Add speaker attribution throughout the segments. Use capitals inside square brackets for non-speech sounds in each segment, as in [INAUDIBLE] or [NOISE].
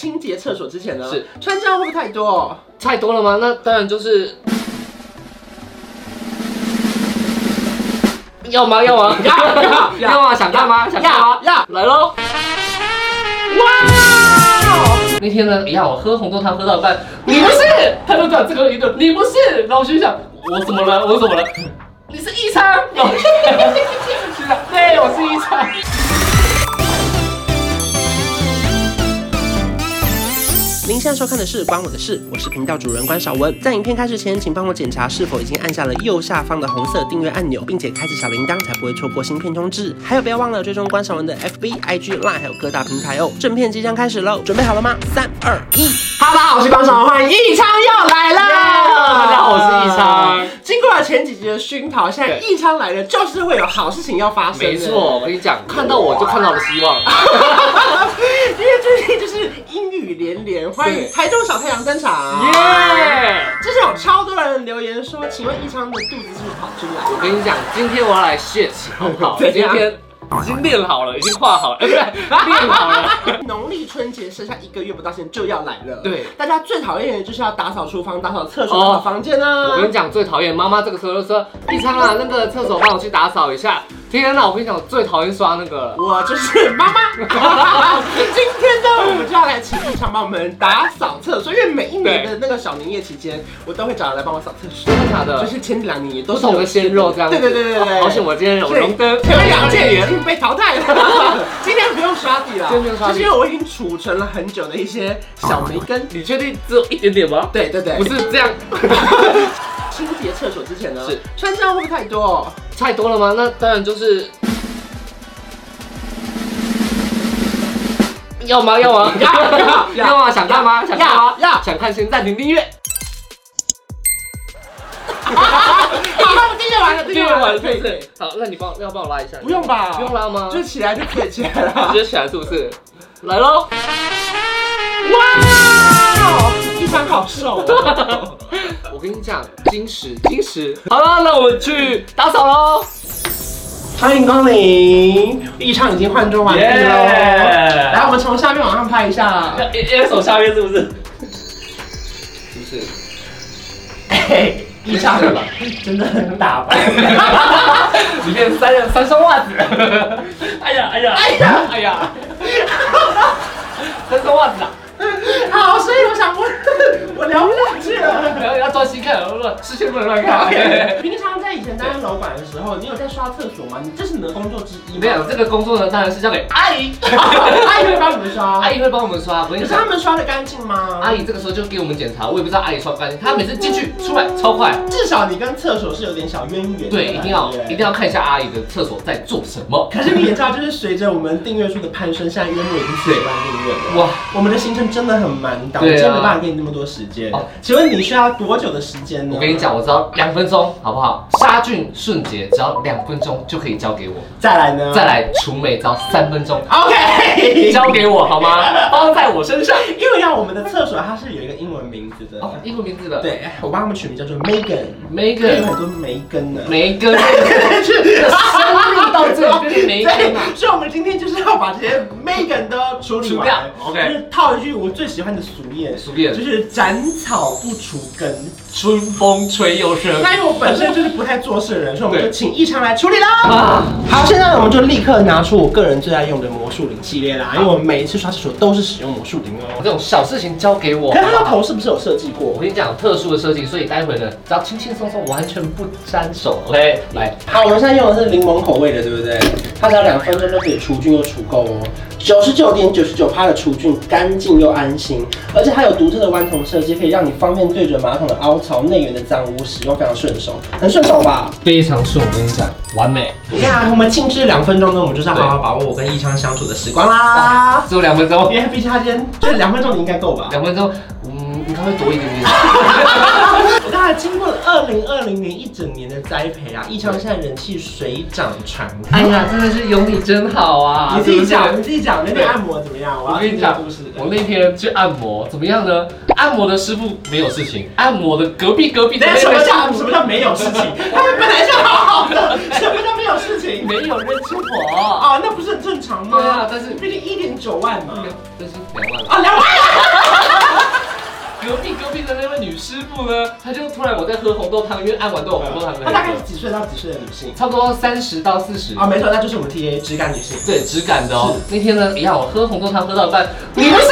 Speaker 1: 清洁厕所之前呢，
Speaker 2: 是
Speaker 1: 穿这样会不会太多？
Speaker 2: 太多了吗？那当然就是。要吗？要 [LAUGHS] 吗？
Speaker 1: 要要要
Speaker 2: 要吗？想看吗？想看吗？
Speaker 1: 要
Speaker 2: 来喽！
Speaker 1: 哇！
Speaker 2: 那天呢，哎呀，我喝红豆汤喝到一半，你不是，他就转这个一顿，你不是，然后我心想，我怎么了？我怎么了？你是异常，然后我就心想 [LAUGHS] 对，我是异常。
Speaker 1: 您现在收看的是《关我的事》，我是频道主人关少文。在影片开始前，请帮我检查是否已经按下了右下方的红色订阅按钮，并且开启小铃铛，才不会错过新片通知。还有，不要忘了追踪关少文的 FB、IG、Line，还有各大平台哦。正片即将开始喽，准备好了吗？三、二、一哈喽，大家好，我是关少文，欢迎一昌又来啦
Speaker 2: Yeah，大家好我是一昌。
Speaker 1: 经过了前几集的熏陶，现在
Speaker 2: 对
Speaker 1: 一昌来了，就是会有好事情要发生。
Speaker 2: 没错，我跟你讲，看到我就看到了希望。
Speaker 1: [LAUGHS] 因为最近就是阴雨连连，欢迎
Speaker 2: 对
Speaker 1: 台中小太阳登场。
Speaker 2: [LAUGHS] 耶！
Speaker 1: 之前有超多人留言说，请问一昌的肚子是不是跑出来
Speaker 2: 我跟你讲，今天我要来 shit，好不 [LAUGHS] 好？
Speaker 1: 怎
Speaker 2: 今
Speaker 1: 样
Speaker 2: 天已经练好了，已经画好 [LAUGHS] 了，哎，不是练好了。 [LAUGHS]
Speaker 1: 了？农历春节剩下一个月不到，现在就要来了。
Speaker 2: 对
Speaker 1: 大家最讨厌的就是要打扫厨房、打扫厕所、
Speaker 2: 哦
Speaker 1: 打扫房间啊。
Speaker 2: 我跟你讲，最讨厌妈妈这个时候就说：“一昌啊，那个厕所帮我去打扫一下。”天啊哪，我跟你讲，我最讨厌刷那个了。
Speaker 1: 我就是妈 [LAUGHS] 妈。今天呢，我们就要来请一昌帮我们打扫厕所，因为每一年的那个小年夜期间，我都会找人来帮我扫厕所。
Speaker 2: 真的假的
Speaker 1: 就是前两年也都是
Speaker 2: 都是我的鲜肉这样子。
Speaker 1: 对对对对对，
Speaker 2: 好险我今天有荣登
Speaker 1: 前面两届 [LAUGHS] 已经被淘汰了，今天不用刷底了，
Speaker 2: 今天不用刷底
Speaker 1: 就是因为我已经储存了很久的一些小梅根。
Speaker 2: 你确定只有一点点吗？
Speaker 1: 对对对，[LAUGHS]
Speaker 2: 不是这样，
Speaker 1: 清洁厕所之前呢，
Speaker 2: 是
Speaker 1: 穿这样会不会太多？
Speaker 2: [LAUGHS]
Speaker 1: [LAUGHS]
Speaker 2: 太多了吗？那当然就是。要吗？ [LAUGHS] 要吗？
Speaker 1: 要要要
Speaker 2: 要吗？想看吗？想看吗？
Speaker 1: 要要
Speaker 2: 想看先暂停订阅。
Speaker 1: 好，订阅完了，订阅完了，
Speaker 2: 对
Speaker 1: 对
Speaker 2: 对
Speaker 1: 对，。
Speaker 2: 好，那你帮我要帮我拉一下。
Speaker 1: 不用吧？
Speaker 2: 不用，拉吗？
Speaker 1: 就起来就可以起来了
Speaker 2: 直。接起来是不是？ [LAUGHS] 来喽！
Speaker 1: 哇，一张好瘦
Speaker 2: 啊
Speaker 1: 哦。
Speaker 2: 我跟你讲，金石，金石。好了，那我们去打扫喽。
Speaker 1: 欢迎光临，一唱已经换装完毕喽。
Speaker 2: 耶
Speaker 1: 来，我们从下面往上拍一下。
Speaker 2: A A 手下面是不是？是不是？
Speaker 1: 嘿，哎一唱真的很打
Speaker 2: [LAUGHS]
Speaker 1: 扮。
Speaker 2: 里面三样三双袜子。哎呀哎呀
Speaker 1: 哎呀
Speaker 2: [LAUGHS] 哎呀！ [LAUGHS] 三双袜子啊！
Speaker 1: [LAUGHS] 好，所以我想问，我聊不下去了。
Speaker 2: 要要专心看，乱视线不能乱看。
Speaker 1: 平常在以前担任楼管的时候，你有在刷厕所吗？你这是你的工作之一
Speaker 2: 你们
Speaker 1: 吗
Speaker 2: 讲？这个工作呢，当然是交给阿 [LAUGHS] 姨，
Speaker 1: 阿姨会帮你们刷，
Speaker 2: 阿姨会帮我们刷。我
Speaker 1: 可
Speaker 2: 跟你
Speaker 1: 是
Speaker 2: 讲
Speaker 1: 他，们刷的干净吗？
Speaker 2: 阿姨这个时候就给我们检查，我也不知道阿姨刷不干净，她每次进去出来超快。
Speaker 1: 至少你跟厕所是有点小渊源的。
Speaker 2: 对，一定
Speaker 1: [LAUGHS]
Speaker 2: 要
Speaker 1: 对
Speaker 2: 一定要看一下阿姨的厕所在做什么。
Speaker 1: [LAUGHS] 可是你也知道，就是随着我们订阅数的攀升，现在约莫已经四十万订阅了。
Speaker 2: 哇，
Speaker 1: 我们的行程真的很满档，我
Speaker 2: 对啊
Speaker 1: 真的没办法给你那么多时间
Speaker 2: 哦。
Speaker 1: 请问你需要多久的时间呢？
Speaker 2: 我跟你，讲，我只要两分钟，好不好？杀菌瞬洁只要两分钟就可以交给我，
Speaker 1: 再来呢？
Speaker 2: 再来除霉只要三
Speaker 1: [LAUGHS]
Speaker 2: 分钟，
Speaker 1: ，OK。
Speaker 2: 交给我好
Speaker 1: [LAUGHS]
Speaker 2: 吗？包在我身上。
Speaker 1: 因为要我们的厕所它是有一个英文名字的，
Speaker 2: 哦，英文名字的，
Speaker 1: 对，哎我帮他们取名叫做 Megan，因为有 [LAUGHS]
Speaker 2: Megan，
Speaker 1: 很多梅根呢。
Speaker 2: 梅根，
Speaker 1: [LAUGHS] 是对，
Speaker 2: 深入到这里就是梅根嘛。
Speaker 1: 所以我们今天就是要把这些 Megan 都处理
Speaker 2: 除
Speaker 1: 完
Speaker 2: 掉，OK
Speaker 1: 就是套一句我最喜欢的俗谚，
Speaker 2: 俗谚
Speaker 1: 就是斩草不除根。
Speaker 2: 春风吹又生
Speaker 1: 那因为我本身就是不太做事的人，所以我们就
Speaker 2: 对
Speaker 1: 请异常来处理啦。
Speaker 2: 啊！
Speaker 1: 好，现在我们就立刻拿出我个人最爱用的魔术灵系列啦，因为我每一次刷厕所都是使用魔术灵哦。
Speaker 2: 这种小事情交给我
Speaker 1: 可。是它的头是不是有设计过
Speaker 2: 我？跟你讲，特殊的设计，所以待会呢，只要轻轻松松，完全不沾手。OK，来，
Speaker 1: 好，我们现在用的是柠檬口味的，对不对？它只要两分钟就可以除菌又除垢哦，九十九点九十九趴的除菌，干净又安心，而且它有独特的弯筒设计，可以让你方便对准马桶的凹槽、内缘的脏污，使用非常顺手，很顺手吧？
Speaker 2: 非常顺，我跟你讲，完美。
Speaker 1: 你看、啊，我们静置两分钟呢，我们就是要好好把握我跟异昌相处的时光啦。
Speaker 2: 只有啊两分钟，
Speaker 1: 因为毕竟他今天就是两分钟，你应该够吧？
Speaker 2: 两分钟，嗯，应该会多一点点。
Speaker 1: 我刚才经过了二零二零年一整年的栽培啊，异昌现在人气水涨船高。
Speaker 2: [LAUGHS] 哎呀，真的是有你真好啊！
Speaker 1: 你自己
Speaker 2: 是
Speaker 1: 讲，
Speaker 2: 不
Speaker 1: 你
Speaker 2: 是。
Speaker 1: 自己讲，那个按摩怎么样？我要
Speaker 2: 我跟
Speaker 1: 听
Speaker 2: 你
Speaker 1: 你的
Speaker 2: 讲
Speaker 1: 故事。，
Speaker 2: 我那天去按摩，怎么样呢？按摩的师傅没有事情，按摩的隔壁隔壁的
Speaker 1: 等一
Speaker 2: 那
Speaker 1: 下什
Speaker 2: 个
Speaker 1: 么
Speaker 2: 师
Speaker 1: 叫
Speaker 2: 傅
Speaker 1: 什么叫没有
Speaker 2: [LAUGHS]
Speaker 1: 事情？他们本来就好好的，什么叫没有事情？
Speaker 2: 没有认出我。
Speaker 1: 哦，那不是很正常吗？
Speaker 2: 对啊但是
Speaker 1: 毕竟一点九万嘛。
Speaker 2: 这是两万了。
Speaker 1: 啊，两万！啊
Speaker 2: [LAUGHS] 母呢，她就突然我在喝红豆汤，因为按完都有红豆汤的那
Speaker 1: 她大
Speaker 2: 个
Speaker 1: 概几岁到几岁的女性？
Speaker 2: 差不多三十到四十。
Speaker 1: 啊，没错，那就是我们 T A 质感女性。
Speaker 2: 对，质感的哦。那天呢，一样，我喝红豆汤喝到
Speaker 1: [LAUGHS]
Speaker 2: 一半，你不是，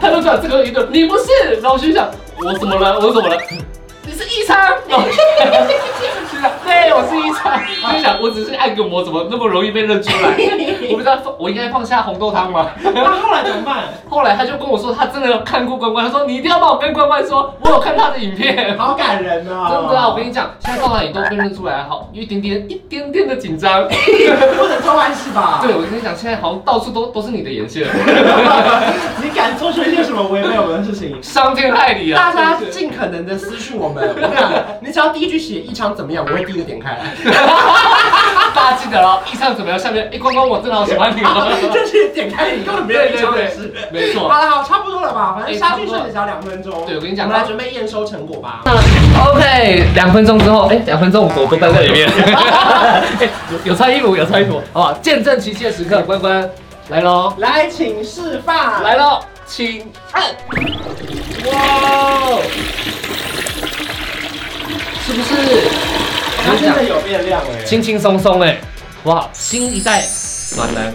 Speaker 2: 他就转这个一顿，你不是，然后我心想，我怎么了？我怎么了？你是异常，然后我就心想， [LAUGHS] 对，我是异
Speaker 1: [LAUGHS]
Speaker 2: 常。心想，我只是按个摩，怎么那么容易被认出来？ [LAUGHS] 我不知道放，我应该放下红豆汤吗？
Speaker 1: 那后来怎么办？
Speaker 2: 后来他就跟我说，他真的有看过关关，他说你一定要帮我跟关关说，我有看他的影 [LAUGHS] 片。
Speaker 1: 好感人哦！
Speaker 2: 真的啊，我跟你讲，现在到哪里都被认出来，好有一点点、一点点的紧 [LAUGHS] 张。
Speaker 1: 不能做坏事吧？
Speaker 2: [LAUGHS] 对，我跟你讲，现在好像到处都都是你的眼线。
Speaker 1: 你敢做出一些什么违背我们的事情？
Speaker 2: 伤天害理啊！
Speaker 1: 大家尽可能的私讯我们。我跟你讲，你只要第一句写异常怎么样，我会第一个点开
Speaker 2: [LAUGHS]
Speaker 1: 来。
Speaker 2: [LAUGHS] 大家记得哦，以上怎么样？下面哎，关关，我真的好喜欢你哦。
Speaker 1: 就是点开你根本没有异常的事。[LAUGHS]
Speaker 2: 没
Speaker 1: 好
Speaker 2: 错。
Speaker 1: 了，好，差不多了吧？反正
Speaker 2: 哎
Speaker 1: 杀
Speaker 2: 差
Speaker 1: 菌
Speaker 2: 不多
Speaker 1: 剩只要两分钟。
Speaker 2: 对我跟你讲
Speaker 1: 我
Speaker 2: 啊
Speaker 1: 们来准备验收成果吧。
Speaker 2: [LAUGHS] OK，两分钟之后，哎，两分钟我都在这里 [LAUGHS] 面。哎有有穿衣服，有穿衣服，好不好？见证奇迹的时刻，关关来喽，
Speaker 1: 来，请示范。
Speaker 2: 来，喽，请按。哇，是不是？
Speaker 1: 它真的有变亮哎。
Speaker 2: 轻轻松松哎，哇，新一代暖男。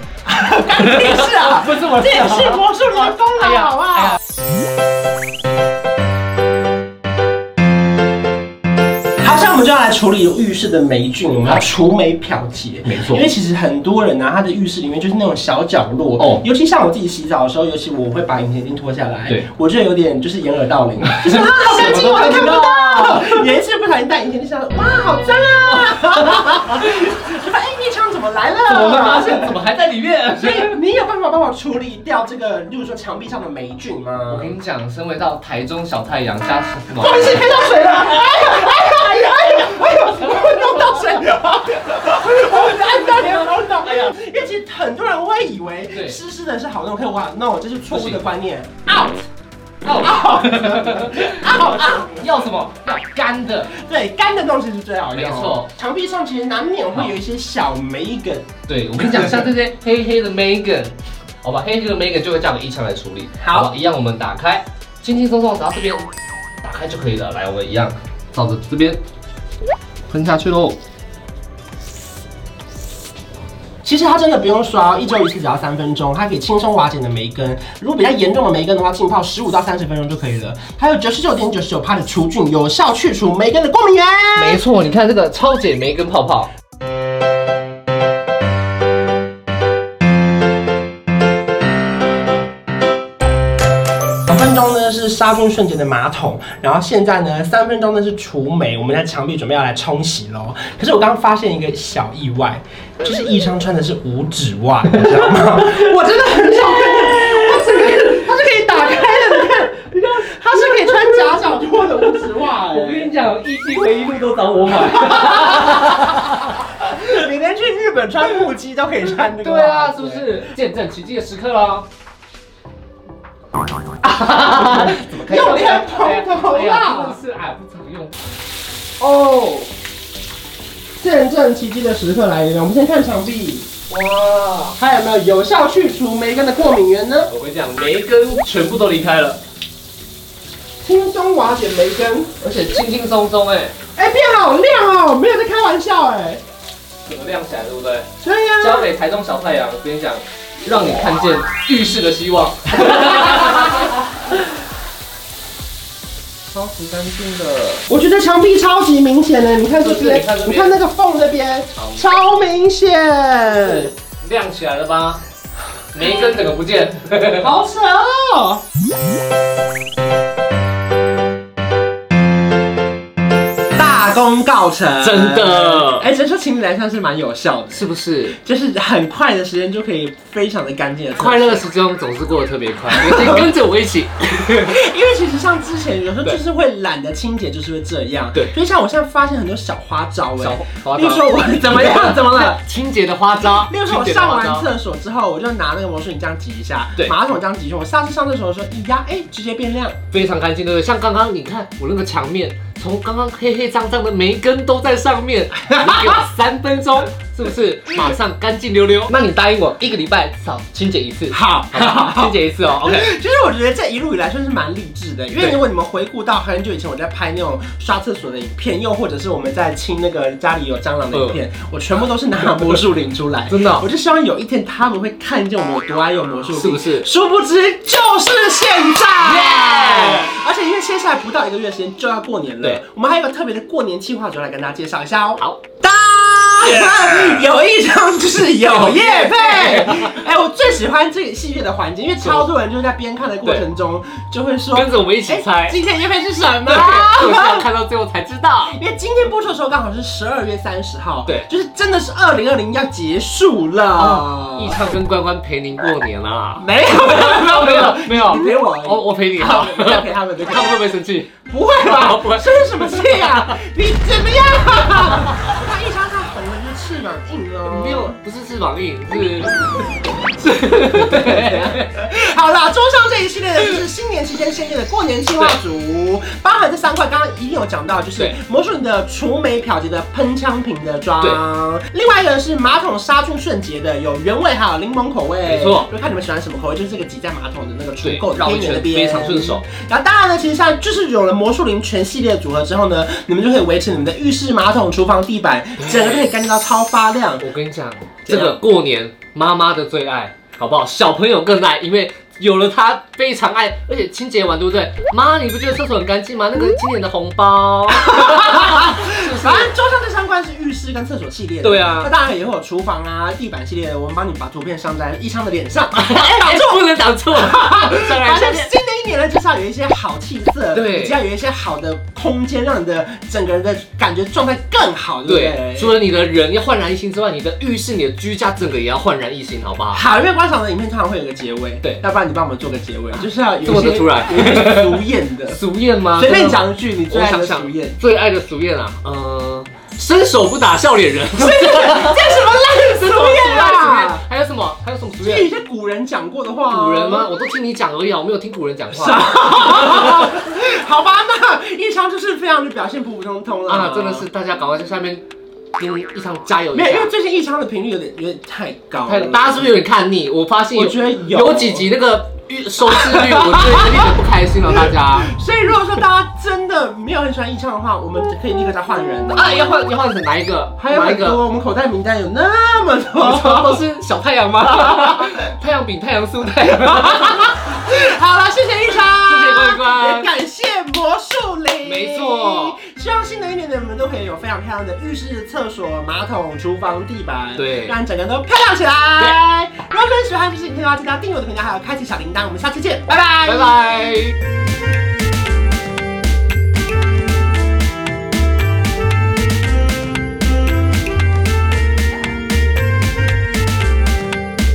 Speaker 1: 电视啊，
Speaker 2: 不是我，
Speaker 1: 电视魔术轮风
Speaker 2: 哎
Speaker 1: 了，
Speaker 2: 呀
Speaker 1: 好啊不好？好，现在我们就要来处理浴室的霉菌，我们要除霉漂洁。
Speaker 2: 嗯没错
Speaker 1: 因为其实很多人呢、他的浴室里面就是那种小角落，哦
Speaker 2: 哦，
Speaker 1: 尤其像我自己洗澡的时候，尤其我会把隐形眼镜脱下来，
Speaker 2: 对，
Speaker 1: 我就有点就是掩耳盗铃，就是啊，好干净，我都看不
Speaker 2: [LAUGHS]
Speaker 1: 到。有一次不小心戴隐形眼镜上，哇，好脏
Speaker 2: [LAUGHS]
Speaker 1: 啊！ [LAUGHS] 就发现哎，你墙怎么来了？
Speaker 2: 怎么会发现？怎么还在里面？
Speaker 1: 所以你有办法帮我处理掉这个，例如说墙壁上的霉菌
Speaker 2: 我
Speaker 1: 吗？
Speaker 2: 跟你讲，身为到台中小太阳加什么
Speaker 1: 不？好意思，开到水了！哎呀，哎呀，哎呀，哎呀，我弄到水了！我按到你头脑，哎呀，因为其实很多人会以为
Speaker 2: 对
Speaker 1: 湿湿的是好弄，可以哇，no，这是错误的观念。
Speaker 2: [LAUGHS] 哦啊！ [LAUGHS] 要什么？要干的，
Speaker 1: 对，干的东西是最好用。
Speaker 2: 没错，
Speaker 1: 墙壁上其实难免会有一些小霉梗。
Speaker 2: 对，我跟你讲，像这些黑黑的 Megan，好吧，黑黑的 Megan 就会叫我们一枪来处理。
Speaker 1: 好
Speaker 2: 吧一样我们打开，轻轻松松，然后这边打开就可以了。来，我们一样照着这边喷下去喽。
Speaker 1: 其实它真的不用刷，一周一次只要三分钟，它可以轻松瓦解你的霉根。如果比较严重的霉根的话，浸泡十五到三十分钟就可以了。还有九十九点九十九帕的除菌，有效去除霉根的过敏源。
Speaker 2: 没错，你看这个超姐梅跟泡泡。
Speaker 1: 两分钟呢是杀菌瞬间的马桶，然后现在呢三分钟呢是除霉，我们在墙壁准备要来冲洗喽。可是我刚刚发现一个小意外，就是易昌穿的是五指袜，你知道吗？我真的很少看，我整个它是可以打开的，你看，你看它是可以穿夹脚拖的五指袜、哎
Speaker 2: 我跟你讲，一季回忆录都找我买。
Speaker 1: [LAUGHS] 你连去日本穿木屐都可以穿这个，
Speaker 2: 对啊，是不？是见证奇迹的时刻啦？
Speaker 1: 用力碰头
Speaker 2: 哎呀
Speaker 1: 啦！
Speaker 2: 真的是哎，不常用。哦，
Speaker 1: 见证奇迹的时刻来临了，我们先看墙壁，
Speaker 2: 哇！
Speaker 1: 还有没有有效去除梅根的过敏源呢？
Speaker 2: 我跟你讲，每一根全部都离开了，
Speaker 1: 轻松瓦解梅根，
Speaker 2: 而且轻轻松松哎，
Speaker 1: 哎、变好亮哦，没有在开玩笑哎、啊
Speaker 2: 整个亮起来，对不对？
Speaker 1: 对呀、
Speaker 2: 交给台中小太阳，我跟你讲，让你看见浴室的希
Speaker 1: [LAUGHS]
Speaker 2: 望。超级干净的，
Speaker 1: 我觉得墙壁超级明显的，你看这边
Speaker 2: 是不是，
Speaker 1: 你
Speaker 2: 你看这边
Speaker 1: 看那个缝这边，
Speaker 2: 好
Speaker 1: 超明显，
Speaker 2: 哎亮起来了吧？每一根整个不见。
Speaker 1: 好扯哦。大功告成，
Speaker 2: 真的
Speaker 1: 哎，只能说情侣来算是蛮有效的，
Speaker 2: 是不是
Speaker 1: 就是很快的时间就可以非常的干净的
Speaker 2: 快乐的时光总是过得特别快？而且跟着我一起，
Speaker 1: 因为其实像之前有时候
Speaker 2: 对
Speaker 1: 就是会懒得清洁，就是会这样。
Speaker 2: 对
Speaker 1: 所以像我现在发现很多小花招哎、
Speaker 2: 小花啊
Speaker 1: 例如说
Speaker 2: [LAUGHS]
Speaker 1: 我怎么样怎么了？？
Speaker 2: 清洁的花招，
Speaker 1: [LAUGHS] 例如说我上完厕所之后，我就拿那个魔术瓶这样挤一下，
Speaker 2: 对
Speaker 1: 马桶这样挤一下。我下次上厕所的时候一压，哎、直接变亮。
Speaker 2: 非常干净，对不对？像刚刚你看我那个墙面从刚刚黑黑脏脏的每一根都在上面，你给我三分 [LAUGHS] 钟，是不是？马上干净溜溜。那你答应我，一个礼拜至少清洁一次，
Speaker 1: 好，
Speaker 2: 好
Speaker 1: [LAUGHS]
Speaker 2: 清洁一次哦。OK，
Speaker 1: 其
Speaker 2: [LAUGHS]
Speaker 1: 实我觉得这一路以来算是蛮励志的，因为如果你们回顾到很久以前我在拍那种刷厕所的影片，又或者是我们在清那个家里有蟑螂的影片，我全部都是拿魔术林出来。
Speaker 2: 嗯真的哦
Speaker 1: 我就希望有一天他们会看见我们有多爱用魔术林，
Speaker 2: 是不是
Speaker 1: 殊不知就是现在。
Speaker 2: 耶
Speaker 1: 而且因为接下来不到一个月时间就要过年了
Speaker 2: 对，
Speaker 1: 我们还有一个特别的过年计划，就要来跟大家介绍一下哦。
Speaker 2: 好，
Speaker 1: 当， [LAUGHS] 有一张就是有叶配。 [LAUGHS] 哎，我最喜欢这个系列的环节，因为超多人就是在边看的过程中就会说，
Speaker 2: 跟着我们一起
Speaker 1: 哎
Speaker 2: 猜。
Speaker 1: 今天叶配是什么
Speaker 2: 对，？就是要看到最后才知道。
Speaker 1: 因为今天播出的时候刚好是十二月三十号，
Speaker 2: 对
Speaker 1: 就是真的是二零二零要结束了。
Speaker 2: 易畅跟关关陪您过年啦。
Speaker 1: 没有没有没有没有，
Speaker 2: [LAUGHS] 没有哦
Speaker 1: 你陪我
Speaker 2: 我我陪你。
Speaker 1: 好
Speaker 2: 好，，
Speaker 1: 你再陪他们，对
Speaker 2: [LAUGHS] 他们会不会生气？
Speaker 1: 不会吧？
Speaker 2: [LAUGHS] 不会
Speaker 1: 生什么气啊？你怎么样？那一张太红了，就翅膀硬哦了。
Speaker 2: 没有，不是翅膀硬，是 [LAUGHS]
Speaker 1: [LAUGHS] 好啦，桌上这一系列
Speaker 2: 嗯
Speaker 1: 的就是新年期间限定的过年计划组，包含这三块，刚刚一定有讲到，就是
Speaker 2: 对
Speaker 1: 魔术你的除霉漂洁的喷枪瓶的装，
Speaker 2: 对
Speaker 1: 另外一个是马桶杀菌瞬洁的，有原味还有柠檬口味，
Speaker 2: 没错
Speaker 1: 就看你们喜欢什么口味，就是这个挤在马桶的那个出
Speaker 2: 对
Speaker 1: 口，
Speaker 2: 绕一
Speaker 1: 那
Speaker 2: 圈
Speaker 1: 边
Speaker 2: 非常顺手。。
Speaker 1: 然后当然呢，其实像就是有了魔术林全系列组合之后呢，你们就可以维持你们的浴室、马桶、厨房、地板，整个可以干净到超发亮。
Speaker 2: 我跟你讲，这个过年妈妈的最爱，好不好？小朋友更爱，因为有了它非常爱，而且清洁完对不对？妈，你不觉得厕所很干净吗？那个今年的红
Speaker 1: [LAUGHS]
Speaker 2: 包，是不是
Speaker 1: 反？正桌上这三块是浴室跟厕所系列的，
Speaker 2: 对啊
Speaker 1: 那当然也会有厨房啊、地板系列的，我们帮你把图片上在一昌的脸上。
Speaker 2: [LAUGHS] 哎
Speaker 1: 挡住
Speaker 2: 不能挡 [LAUGHS] 住，再来
Speaker 1: 反
Speaker 2: 下
Speaker 1: 正
Speaker 2: 面。
Speaker 1: 新的一年呢，至少有一些好气色，
Speaker 2: 对
Speaker 1: 以及要有一些好的空间，让你的整个人的感觉状态更好，对不
Speaker 2: 对
Speaker 1: 对，？
Speaker 2: 除了你的人要焕然一新之外，你的浴室、你的居家整个也要焕然一新，好不好？
Speaker 1: 好，因为观赏的影片通常会有个结尾，
Speaker 2: 对啊
Speaker 1: 要不然你帮我们做个结尾，啊就是要有
Speaker 2: 这么
Speaker 1: 一
Speaker 2: 的
Speaker 1: 些
Speaker 2: 突然，
Speaker 1: 有一些俗艳的，
Speaker 2: 俗艳吗？
Speaker 1: 随便讲一句你最
Speaker 2: 真的吗，
Speaker 1: 爱
Speaker 2: 我
Speaker 1: 的
Speaker 2: 想
Speaker 1: 俗
Speaker 2: 想 [LAUGHS]
Speaker 1: 艳。，
Speaker 2: 最爱的俗艳啊，嗯，伸手不打笑脸人， [LAUGHS]
Speaker 1: 这什么烂
Speaker 2: 真的
Speaker 1: 俗艳啊？！
Speaker 2: 还有什么？还有什么俗
Speaker 1: 这有
Speaker 2: 谚？
Speaker 1: 些古人讲过的话、
Speaker 2: 古人吗？？我都听你讲而已啊，我没有听古人讲
Speaker 1: 傻
Speaker 2: 话。，
Speaker 1: [LAUGHS] 好吧，那一昌就是非常的表现普普通通了
Speaker 2: 啊，真的是，大家赶快在下面跟一昌加油一
Speaker 1: 没
Speaker 2: 下
Speaker 1: 有，因。为最近一昌的频率有点有点太高
Speaker 2: 太
Speaker 1: 了，
Speaker 2: 大家是不是有点看腻？我发现
Speaker 1: 我
Speaker 2: 有
Speaker 1: 觉得有
Speaker 2: 有几集那个预收视率，我觉得有点不开心了，大 [LAUGHS] 家。
Speaker 1: 所以如果说大家真的没有很喜欢一昌的话，我们可以立刻再换人。
Speaker 2: 啊，要换要换成哪一个？
Speaker 1: 还有
Speaker 2: 哪一
Speaker 1: 很
Speaker 2: 个？
Speaker 1: 多，我们口袋名单有那么
Speaker 2: 你 [LAUGHS] 说
Speaker 1: 多。
Speaker 2: 都是小太阳吗？ [LAUGHS] 太阳饼、太阳酥、太 [LAUGHS] 阳。
Speaker 1: [LAUGHS] 好了，谢谢一昌，
Speaker 2: 谢谢关关
Speaker 1: 也感谢魔术林，
Speaker 2: 没错。
Speaker 1: 希望新的一年的你们都可以有非常漂亮的浴室、厕所、马桶、厨房、地板，
Speaker 2: 对
Speaker 1: 让整个都漂亮起来。如果真的喜欢这期影片的话，记得要订阅我的频道，还有开启小铃铛。我们下次见，拜拜，
Speaker 2: 拜。拜。